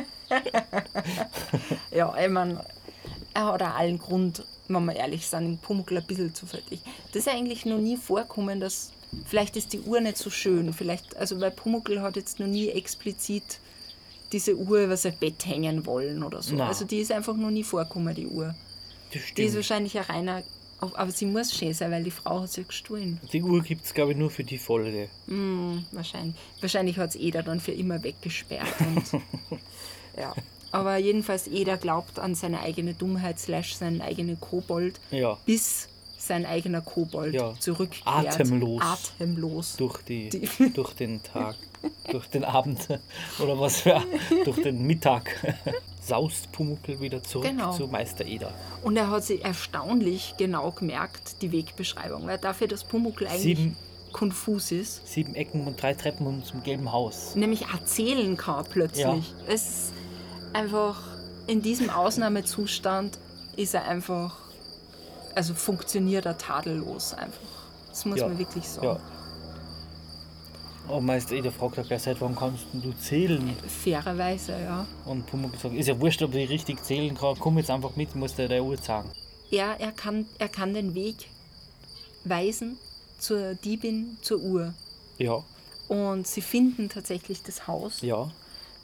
B: Ja, ich meine, er hat auch allen Grund, wenn wir ehrlich sind, im Pumuckl ein bisschen zu verdächtig. Das ist eigentlich noch nie vorkommen, dass vielleicht ist die Uhr nicht so schön. Vielleicht, also weil Pumuckl hat jetzt noch nie explizit diese Uhr über sein Bett hängen wollen oder so.
A: Nein.
B: Also die ist einfach noch nie vorkommen, die Uhr.
A: Das
B: Die ist
A: stimmt.
B: wahrscheinlich ein reiner, aber sie muss schön sein, weil die Frau hat sie ja gestohlen.
A: Die Uhr gibt es, glaube ich, nur für die Folge.
B: Hm, wahrscheinlich. Wahrscheinlich hat es Eder dann für immer weggesperrt.
A: (laughs)
B: Und, ja. Aber jedenfalls, Eder glaubt an seine eigene Dummheit, slash seinen eigenen Kobold,
A: Ja,
B: bis sein eigener Kobold
A: Ja.
B: zurückkehrt.
A: Atemlos.
B: Atemlos.
A: durch, die,
B: Die-
A: durch den Tag, durch den Abend (laughs) oder was für durch den Mittag (laughs) saust Pumuckl wieder zurück
B: Genau.
A: zu Meister Eder.
B: Und er hat sich erstaunlich genau gemerkt, die Wegbeschreibung. Weil dafür, dass Pumuckl eigentlich
A: Sieben.
B: konfus ist,
A: Sieben Ecken und drei Treppen und zum gelben Haus.
B: nämlich erzählen kann plötzlich. Es ist einfach in diesem Ausnahmezustand ist er einfach, also funktioniert er tadellos einfach. Das muss
A: Ja,
B: man wirklich sagen.
A: Ja. Und Meister Eder fragt auch gleich, seit wann kannst denn du zählen?
B: Fairerweise, ja.
A: Und Pumuckl sagt, ist ja wurscht, ob ich richtig zählen kann, komm jetzt einfach mit, musst dir deine Uhr sagen.
B: Er, er, kann, er kann den Weg weisen zur Diebin, zur Uhr.
A: Ja,
B: Und sie finden tatsächlich das Haus.
A: ja.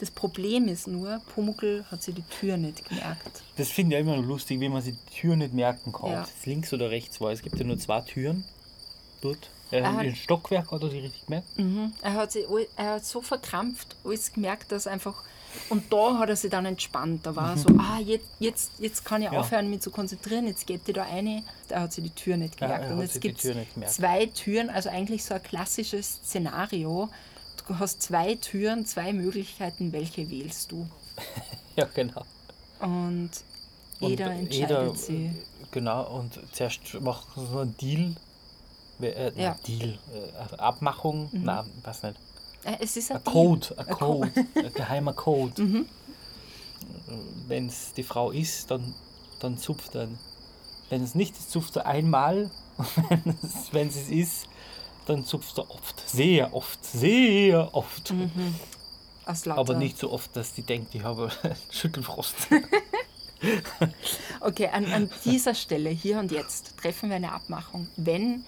B: Das Problem ist nur, Pumuckl hat sie die Tür nicht gemerkt.
A: Das finde ich ja immer noch lustig, wenn man sich die Tür nicht merken kann,
B: Ja.
A: ob es links oder rechts war. Es gibt ja nur zwei Türen dort.
B: Er hat-
A: Äh, Im Stockwerk hat er sie richtig gemerkt.
B: Er hat, sich, all- er hat so verkrampft, alles gemerkt, dass einfach. Und da hat er sich dann entspannt. Da war er so, ah, jetzt, jetzt, jetzt kann ich
A: Mhm. Ja.
B: aufhören, mich zu konzentrieren, jetzt geht die da eine. Da hat sie die Tür nicht
A: Ja, er
B: gemerkt.
A: hat
B: und jetzt
A: sich die
B: gibt
A: Tür nicht gemerkt.
B: es zwei Türen, also eigentlich so ein klassisches Szenario. Du hast zwei Türen, zwei Möglichkeiten, welche wählst du?
A: (laughs) Ja, genau.
B: Und jeder entscheidet
A: jeder-
B: sie.
A: Genau, und zuerst machen sie so einen Deal. Wer- Äh,
B: Ja.
A: ja. Deal. Äh, also Abmachung. Nein, weiß nicht.
B: Äh, Es ist ein,
A: Ein
B: Deal.
A: Code, ein
B: Ein Mhm. Co-
A: Code, ein geheimer Code.
B: (laughs)
A: Wenn es die Frau ist, dann, dann zupft er. Wenn es nicht ist, zupft er einmal. (laughs) Und wenn es es ist, dann zupft er oft. Sehr oft, sehr oft.
B: Mhm. Aus lauter-
A: Aber nicht so oft, dass die denkt, ich habe (laughs) Schüttelfrost.
B: Okay, an, an dieser Stelle, hier und jetzt, treffen wir eine Abmachung. Wenn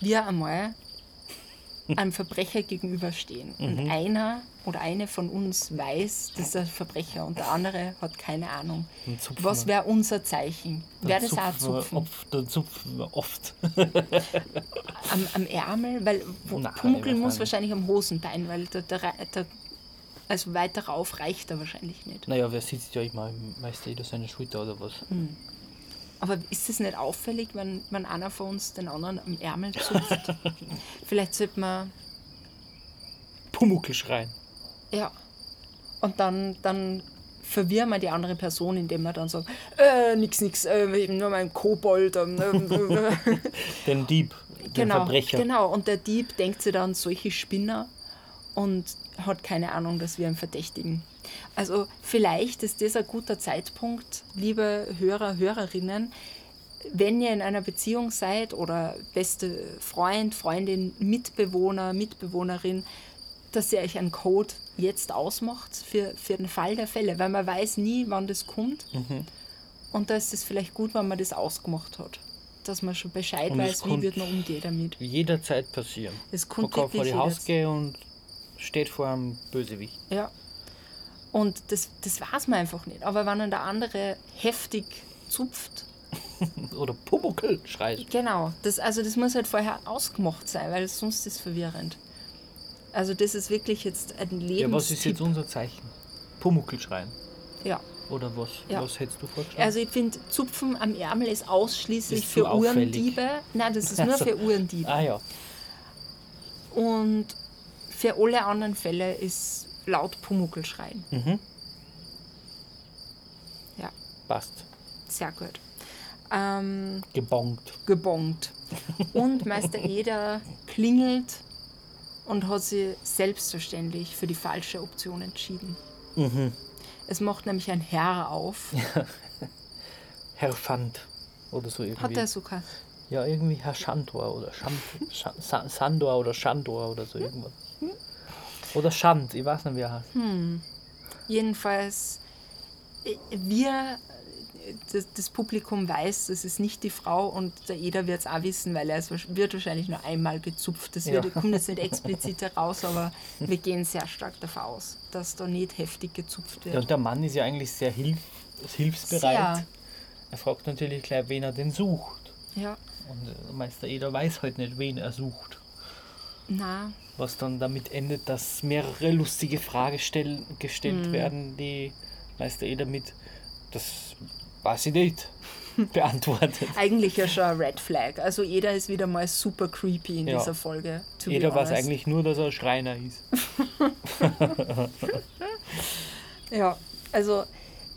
B: wir einmal einem Verbrecher gegenüberstehen
A: Mhm.
B: und einer oder eine von uns weiß, das ist ein Verbrecher und der andere hat keine Ahnung,
A: Dann zupfen
B: was
A: wir.
B: wäre unser Zeichen?
A: Dann
B: Wäre das auch
A: zupfen wir
B: Zupfen?
A: oft- Dann zupfen wir oft.
B: Am, am Ärmel? Weil wo-
A: Nein,
B: Pumuckl
A: ich weiß
B: muss
A: nicht.
B: wahrscheinlich am Hosenbein, weil der, der, der Also weiter rauf reicht er wahrscheinlich
A: (laughs)
B: nicht.
A: Naja, wer sitzt ja immer meist jeder seine Schulter oder was?
B: Aber ist es nicht auffällig, wenn, wenn einer von uns den anderen am Ärmel zupft? Vielleicht sollte man,
A: Pumuckl schreien.
B: ja. Und dann, dann verwirren wir die andere Person, indem wir dann sagen, äh, nix, nix, äh, ich bin nur mein Kobold. Ähm, ähm, äh.
A: Den Dieb, den
B: genau,
A: Verbrecher.
B: genau. Und der Dieb denkt sich dann solche Spinner und hat keine Ahnung, dass wir ihn verdächtigen. Also vielleicht ist das ein guter Zeitpunkt, liebe Hörer, Hörerinnen, wenn ihr in einer Beziehung seid oder beste Freund, Freundin, Mitbewohner, Mitbewohnerin, dass ihr euch einen Code jetzt ausmacht für, für den Fall der Fälle, weil man weiß nie, wann das kommt.
A: Mhm.
B: Und da ist es vielleicht gut, wenn man das ausgemacht hat, dass man schon Bescheid
A: Und es
B: weiß, wie
A: kommt-
B: wird man umgehen damit.
A: Jederzeit passieren.
B: Es kommt
A: Man kann vor
B: wirklich
A: die Haustür
B: jederzeit.
A: und steht vor einem Bösewicht. (laughs)
B: Ja. Und das, das weiß man einfach nicht. Aber wenn dann der andere heftig zupft,
A: Oder Pumuckl schreit.
B: genau, das, also das muss halt vorher ausgemacht sein, weil sonst ist es verwirrend. Also das ist wirklich jetzt ein
A: Ja, was ist
B: Lebenstipp.
A: jetzt unser Zeichen? Pumuckl schreien.
B: Ja,
A: Oder was?
B: Ja.
A: Was hättest du vorgeschlagen?
B: also ich finde, Zupfen am Ärmel ist ausschließlich
A: Ist zu
B: für
A: auffällig.
B: Uhrendiebe. Nein, das ist nur
A: Also-
B: für Uhrendiebe.
A: ah ja.
B: Und für alle anderen Fälle ist laut Pumuckl schreien.
A: Mhm.
B: Ja,
A: Passt.
B: sehr gut. Ähm,
A: Gebongt.
B: gebongt. Und Meister Eder klingelt und hat sich selbstverständlich für die falsche Option entschieden.
A: Mhm.
B: Es macht nämlich ein Herr auf.
A: Herr Schand. Oder so irgendwie.
B: Hat er so geheißen?
A: ja, irgendwie Herr Schandor oder Schand, Schan- Sa- Sandor oder Schandor oder so irgendwas. Oder Schand, ich weiß nicht, wie er heißt.
B: Jedenfalls, äh, wir, äh, das, das Publikum weiß, das ist nicht die Frau und der Eder wird es auch wissen, weil er ist, wahrsch- wird wahrscheinlich nur einmal gezupft. Das
A: Ja.
B: wird, kommt jetzt nicht explizit heraus, aber wir gehen sehr stark davon aus, dass da nicht heftig gezupft
A: Ja,
B: wird.
A: und der Mann ist ja eigentlich sehr hilf hilfsbereit.
B: Sehr.
A: Er fragt natürlich gleich, wen er denn sucht.
B: Ja,
A: Und äh, Meister Eder weiß halt nicht, wen er sucht.
B: na,
A: Was dann damit endet, dass mehrere lustige Fragen stell
B: Mhm.
A: gestellt werden, die Meister Eder mit, das weiß ich
B: (laughs)
A: nicht, beantwortet.
B: Eigentlich ja schon ein Red Flag. Also jeder ist wieder mal super creepy in
A: Ja.
B: dieser Folge. to be
A: Jeder weiß
B: honest.
A: eigentlich nur, dass er ein Schreiner ist.
B: Ja, also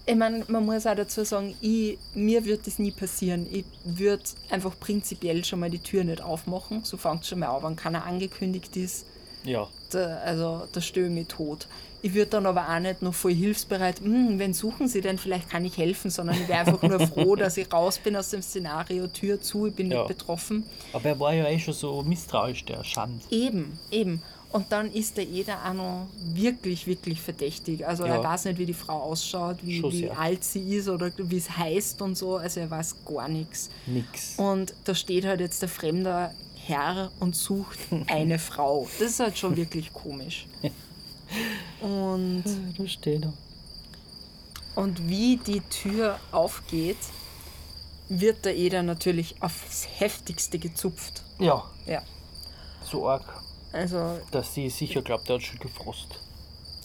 B: ich meine, man muss auch dazu sagen, ich, mir wird das nie passieren. Ich würde einfach prinzipiell schon mal die Tür nicht aufmachen. So fängt schon mal an, wenn keiner angekündigt ist.
A: Ja,
B: Da, also da stehe ich mich tot. Ich würde dann aber auch nicht noch voll hilfsbereit, "Hm, wen suchen Sie denn, vielleicht kann ich helfen, sondern ich wäre einfach nur
A: (laughs)
B: froh, dass ich raus bin aus dem Szenario, Tür zu, ich bin
A: Ja.
B: nicht betroffen.
A: aber er war ja eh schon so misstrauisch, der Schand.
B: Eben, eben. Und dann ist der Eder auch noch wirklich, wirklich verdächtig. Also
A: Ja.
B: er weiß nicht, wie die Frau ausschaut, wie,
A: Schon
B: wie
A: sehr.
B: alt sie ist oder wie es heißt und so. Also er weiß gar nichts.
A: Nix.
B: Und da steht halt jetzt der fremde Herr
A: (laughs)
B: und sucht eine Frau. Das ist halt schon wirklich komisch. Und,
A: Da steht er.
B: und wie die Tür aufgeht, wird der Eder natürlich aufs heftigste gezupft.
A: Ja,
B: Ja.
A: so arg,
B: Also
A: dass sie sicher glaubt, er hat Schüttelfrost.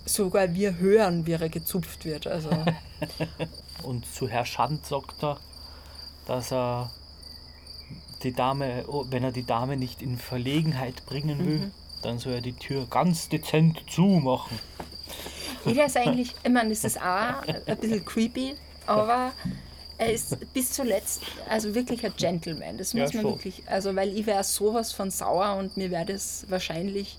B: sogar wir hören, wie er gezupft wird. Also
A: (laughs) Und zu Herr Schand sagt er, dass er die Dame, oh, wenn er die Dame nicht in Verlegenheit bringen will,
B: Mhm.
A: dann soll er die Tür ganz dezent zumachen.
B: Jeder ist eigentlich, ich meine, es ist auch ein bisschen creepy, aber er ist bis zuletzt, also wirklich ein Gentleman. Das
A: Ja,
B: muss man
A: schon.
B: wirklich, also weil ich wäre sowas von sauer und mir wäre das wahrscheinlich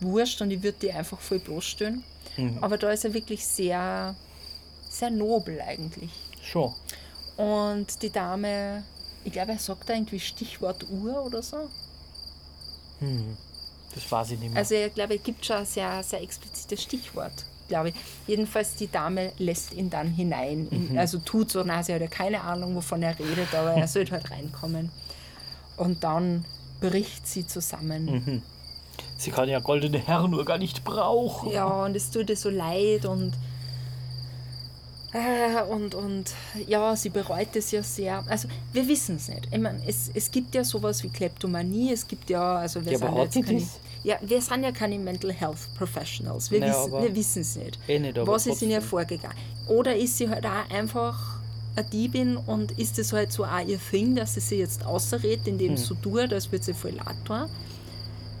B: wurscht und ich würde die einfach voll bloßstellen.
A: Mhm.
B: Aber da ist er wirklich sehr, sehr nobel eigentlich.
A: Schon.
B: Und die Dame, ich glaube, er sagt da irgendwie Stichwort Uhr oder so.
A: Das weiß ich nicht mehr.
B: Also ich glaube, es gibt schon ein sehr, sehr explizites Stichwort, glaube ich. Jedenfalls die Dame lässt ihn dann hinein. In, Also tut so, na, sie hat ja keine Ahnung, wovon er redet, aber er sollte halt reinkommen. Und dann bricht sie zusammen. Also-
A: sie kann ja goldene Herren nur gar nicht brauchen.
B: Ja, und es tut ihr so leid und Äh, Und, und ja, sie bereut es ja sehr. Also wir wissen es nicht. Ich meine, es, es gibt ja sowas wie Kleptomanie, es gibt ja, also wir
A: Ja,
B: sind
A: aber hat
B: jetzt
A: sie
B: keine,
A: das?
B: Ja, wir sind ja keine Mental Health Professionals. Wir
A: Naja, aber-
B: wissen es nicht.
A: Eh nicht, aber
B: Was ist in ihr
A: trotzdem.
B: vorgegangen? Oder ist sie halt auch einfach eine Diebin und ist das halt so auch ihr Thing, dass sie sie jetzt außerrät, indem
A: Hm.
B: sie so tut, als würde sie voll laut tun.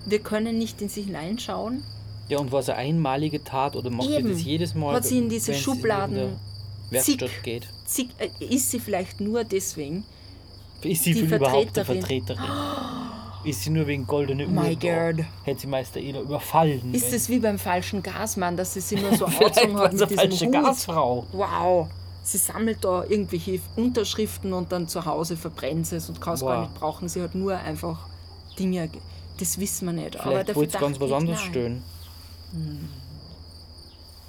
B: Wir können nicht in sie hineinschauen.
A: Ja, und war es eine einmalige Tat oder macht
B: Eben.
A: sie das jedes Mal?
B: Hat sie in diese
A: wenn sie
B: Schubladen
A: in der Werkstatt
B: zick.
A: geht.
B: Sie, äh, ist sie vielleicht nur deswegen,
A: Ist sie
B: Die
A: für überhaupt eine
B: Vertreterin.
A: Vertreterin?
B: (gasps)
A: Ist sie nur wegen goldene Uhr?
B: My
A: da?
B: God.
A: Hätte sie Meister Eder überfallen.
B: Ist es wie beim falschen Gasmann, dass sie sich nur
A: (laughs)
B: so
A: Vielleicht
B: ausgezogen
A: war
B: hat
A: es eine
B: mit diesem
A: falsche
B: Hut?
A: Gasfrau.
B: Wow. Sie sammelt da irgendwelche Unterschriften und dann zu Hause verbrennt sie es und kann es gar
A: Wow.
B: nicht brauchen. Sie hat nur einfach Dinge. ge- Das wissen wir nicht. aber
A: Vielleicht
B: der
A: wollte sie ganz
B: Verdacht
A: was
B: liegt
A: anderes
B: nahe.
A: stellen.
B: Hm.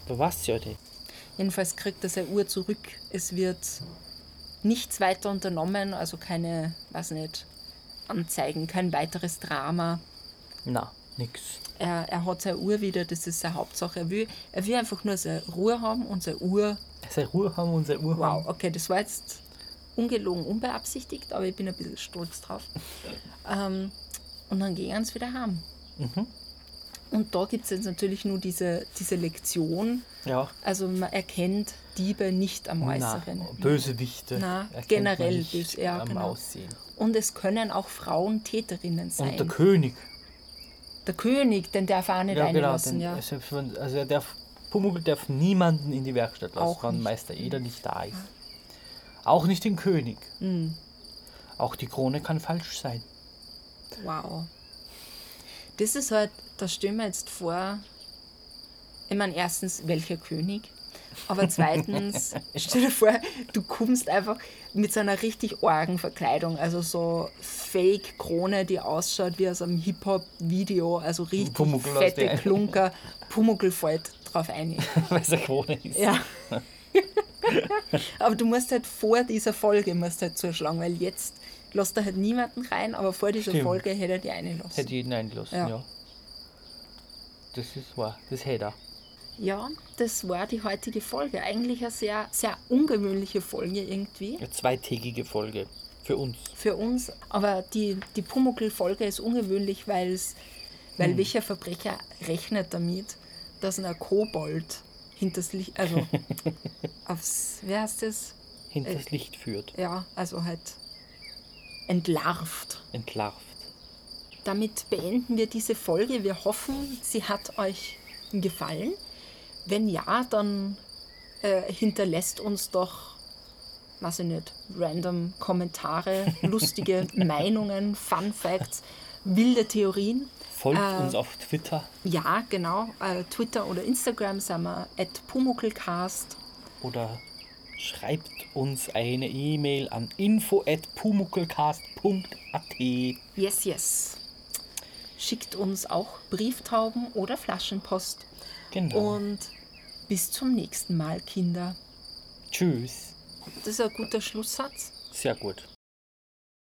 A: Da war's ja die.
B: Jedenfalls kriegt er seine Uhr zurück. Es wird nichts weiter unternommen, also keine, weiß nicht, Anzeigen, kein weiteres Drama.
A: Na, nix.
B: Er, er hat seine Uhr wieder, das ist seine Hauptsache. Er will, er will einfach nur seine Ruhe haben und seine Uhr
A: Seine Ruhe haben, unsere Uhr
B: Wow,
A: haben.
B: okay, das war jetzt ungelogen, unbeabsichtigt, aber ich bin ein bisschen
A: (laughs)
B: stolz drauf. ähm, und dann gehen sie wieder heim.
A: Mhm.
B: Und da gibt es jetzt natürlich nur diese, diese Lektion.
A: Ja.
B: Also man erkennt Diebe nicht am
A: Na,
B: Äußeren.
A: Bösewichte.
B: Na,
A: erkennt man
B: generell
A: nicht
B: böse, ja,
A: am
B: genau.
A: Aussehen.
B: Und es können auch Frauen Täterinnen sein.
A: Und der
B: der,
A: König.
B: König, den darf er auch nicht reinlassen.
A: genau, den-
B: Ja.
A: selbst wenn- Also er darf, Pumuckl darf niemanden in die Werkstatt lassen,
B: Auch
A: wenn
B: nicht. Mhm.
A: Meister Eder nicht da ist. Auch nicht den König.
B: Mhm.
A: Auch die Krone kann falsch sein. (laughs)
B: Wow. Das ist halt, da stellen wir jetzt vor, ich meine, erstens, welcher König?
A: (laughs)
B: Aber zweitens, stell dir vor, du kommst einfach mit so einer richtig argen Verkleidung, also so Fake-Krone, die ausschaut wie aus einem Hip-Hop-Video, also richtig
A: Pumuckl aus
B: fette
A: der-
B: Klunker, Pumuckl fällt drauf ein.
A: (laughs) Weil es eine Krone ist.
B: Ja. (laughs) aber du musst halt vor dieser Folge musst halt zuschlagen, weil jetzt lässt er halt niemanden rein, aber vor dieser
A: Stimmt.
B: Folge hätte er die eine lassen.
A: Hätte jeden eingelassen,
B: Ja.
A: ja. Das ist wahr. Das hätte er.
B: Ja, das war die heutige Folge. Eigentlich eine sehr, sehr ungewöhnliche Folge irgendwie
A: Eine zweitägige Folge für uns.
B: für uns. Aber die, die Pumuckl-Folge ist ungewöhnlich, weil's, weil
A: Hm.
B: welcher Verbrecher rechnet damit, dass ein Kobold hinters Licht,
A: (laughs)
B: also aufs, wer heißt das?
A: Hinters Licht führt.
B: Ja, also halt entlarvt.
A: Entlarvt.
B: Damit beenden wir diese Folge. Wir hoffen, sie hat euch gefallen. Wenn ja, dann äh, hinterlässt uns doch, weiß ich nicht, random Kommentare, lustige Meinungen, Fun Facts, wilde Theorien.
A: Folgt
B: Äh,
A: uns auf Twitter
B: Ja, genau. Äh, Twitter oder Instagram sind wir at pumuckelcast.
A: oder schreibt uns eine E-Mail an info.pumuckelcast.at.
B: Yes, yes. Schickt uns auch Brieftauben oder Flaschenpost.
A: Genau.
B: Und bis zum nächsten Mal, Kinder.
A: Tschüss.
B: Das ist ein guter Schlusssatz.
A: Sehr gut.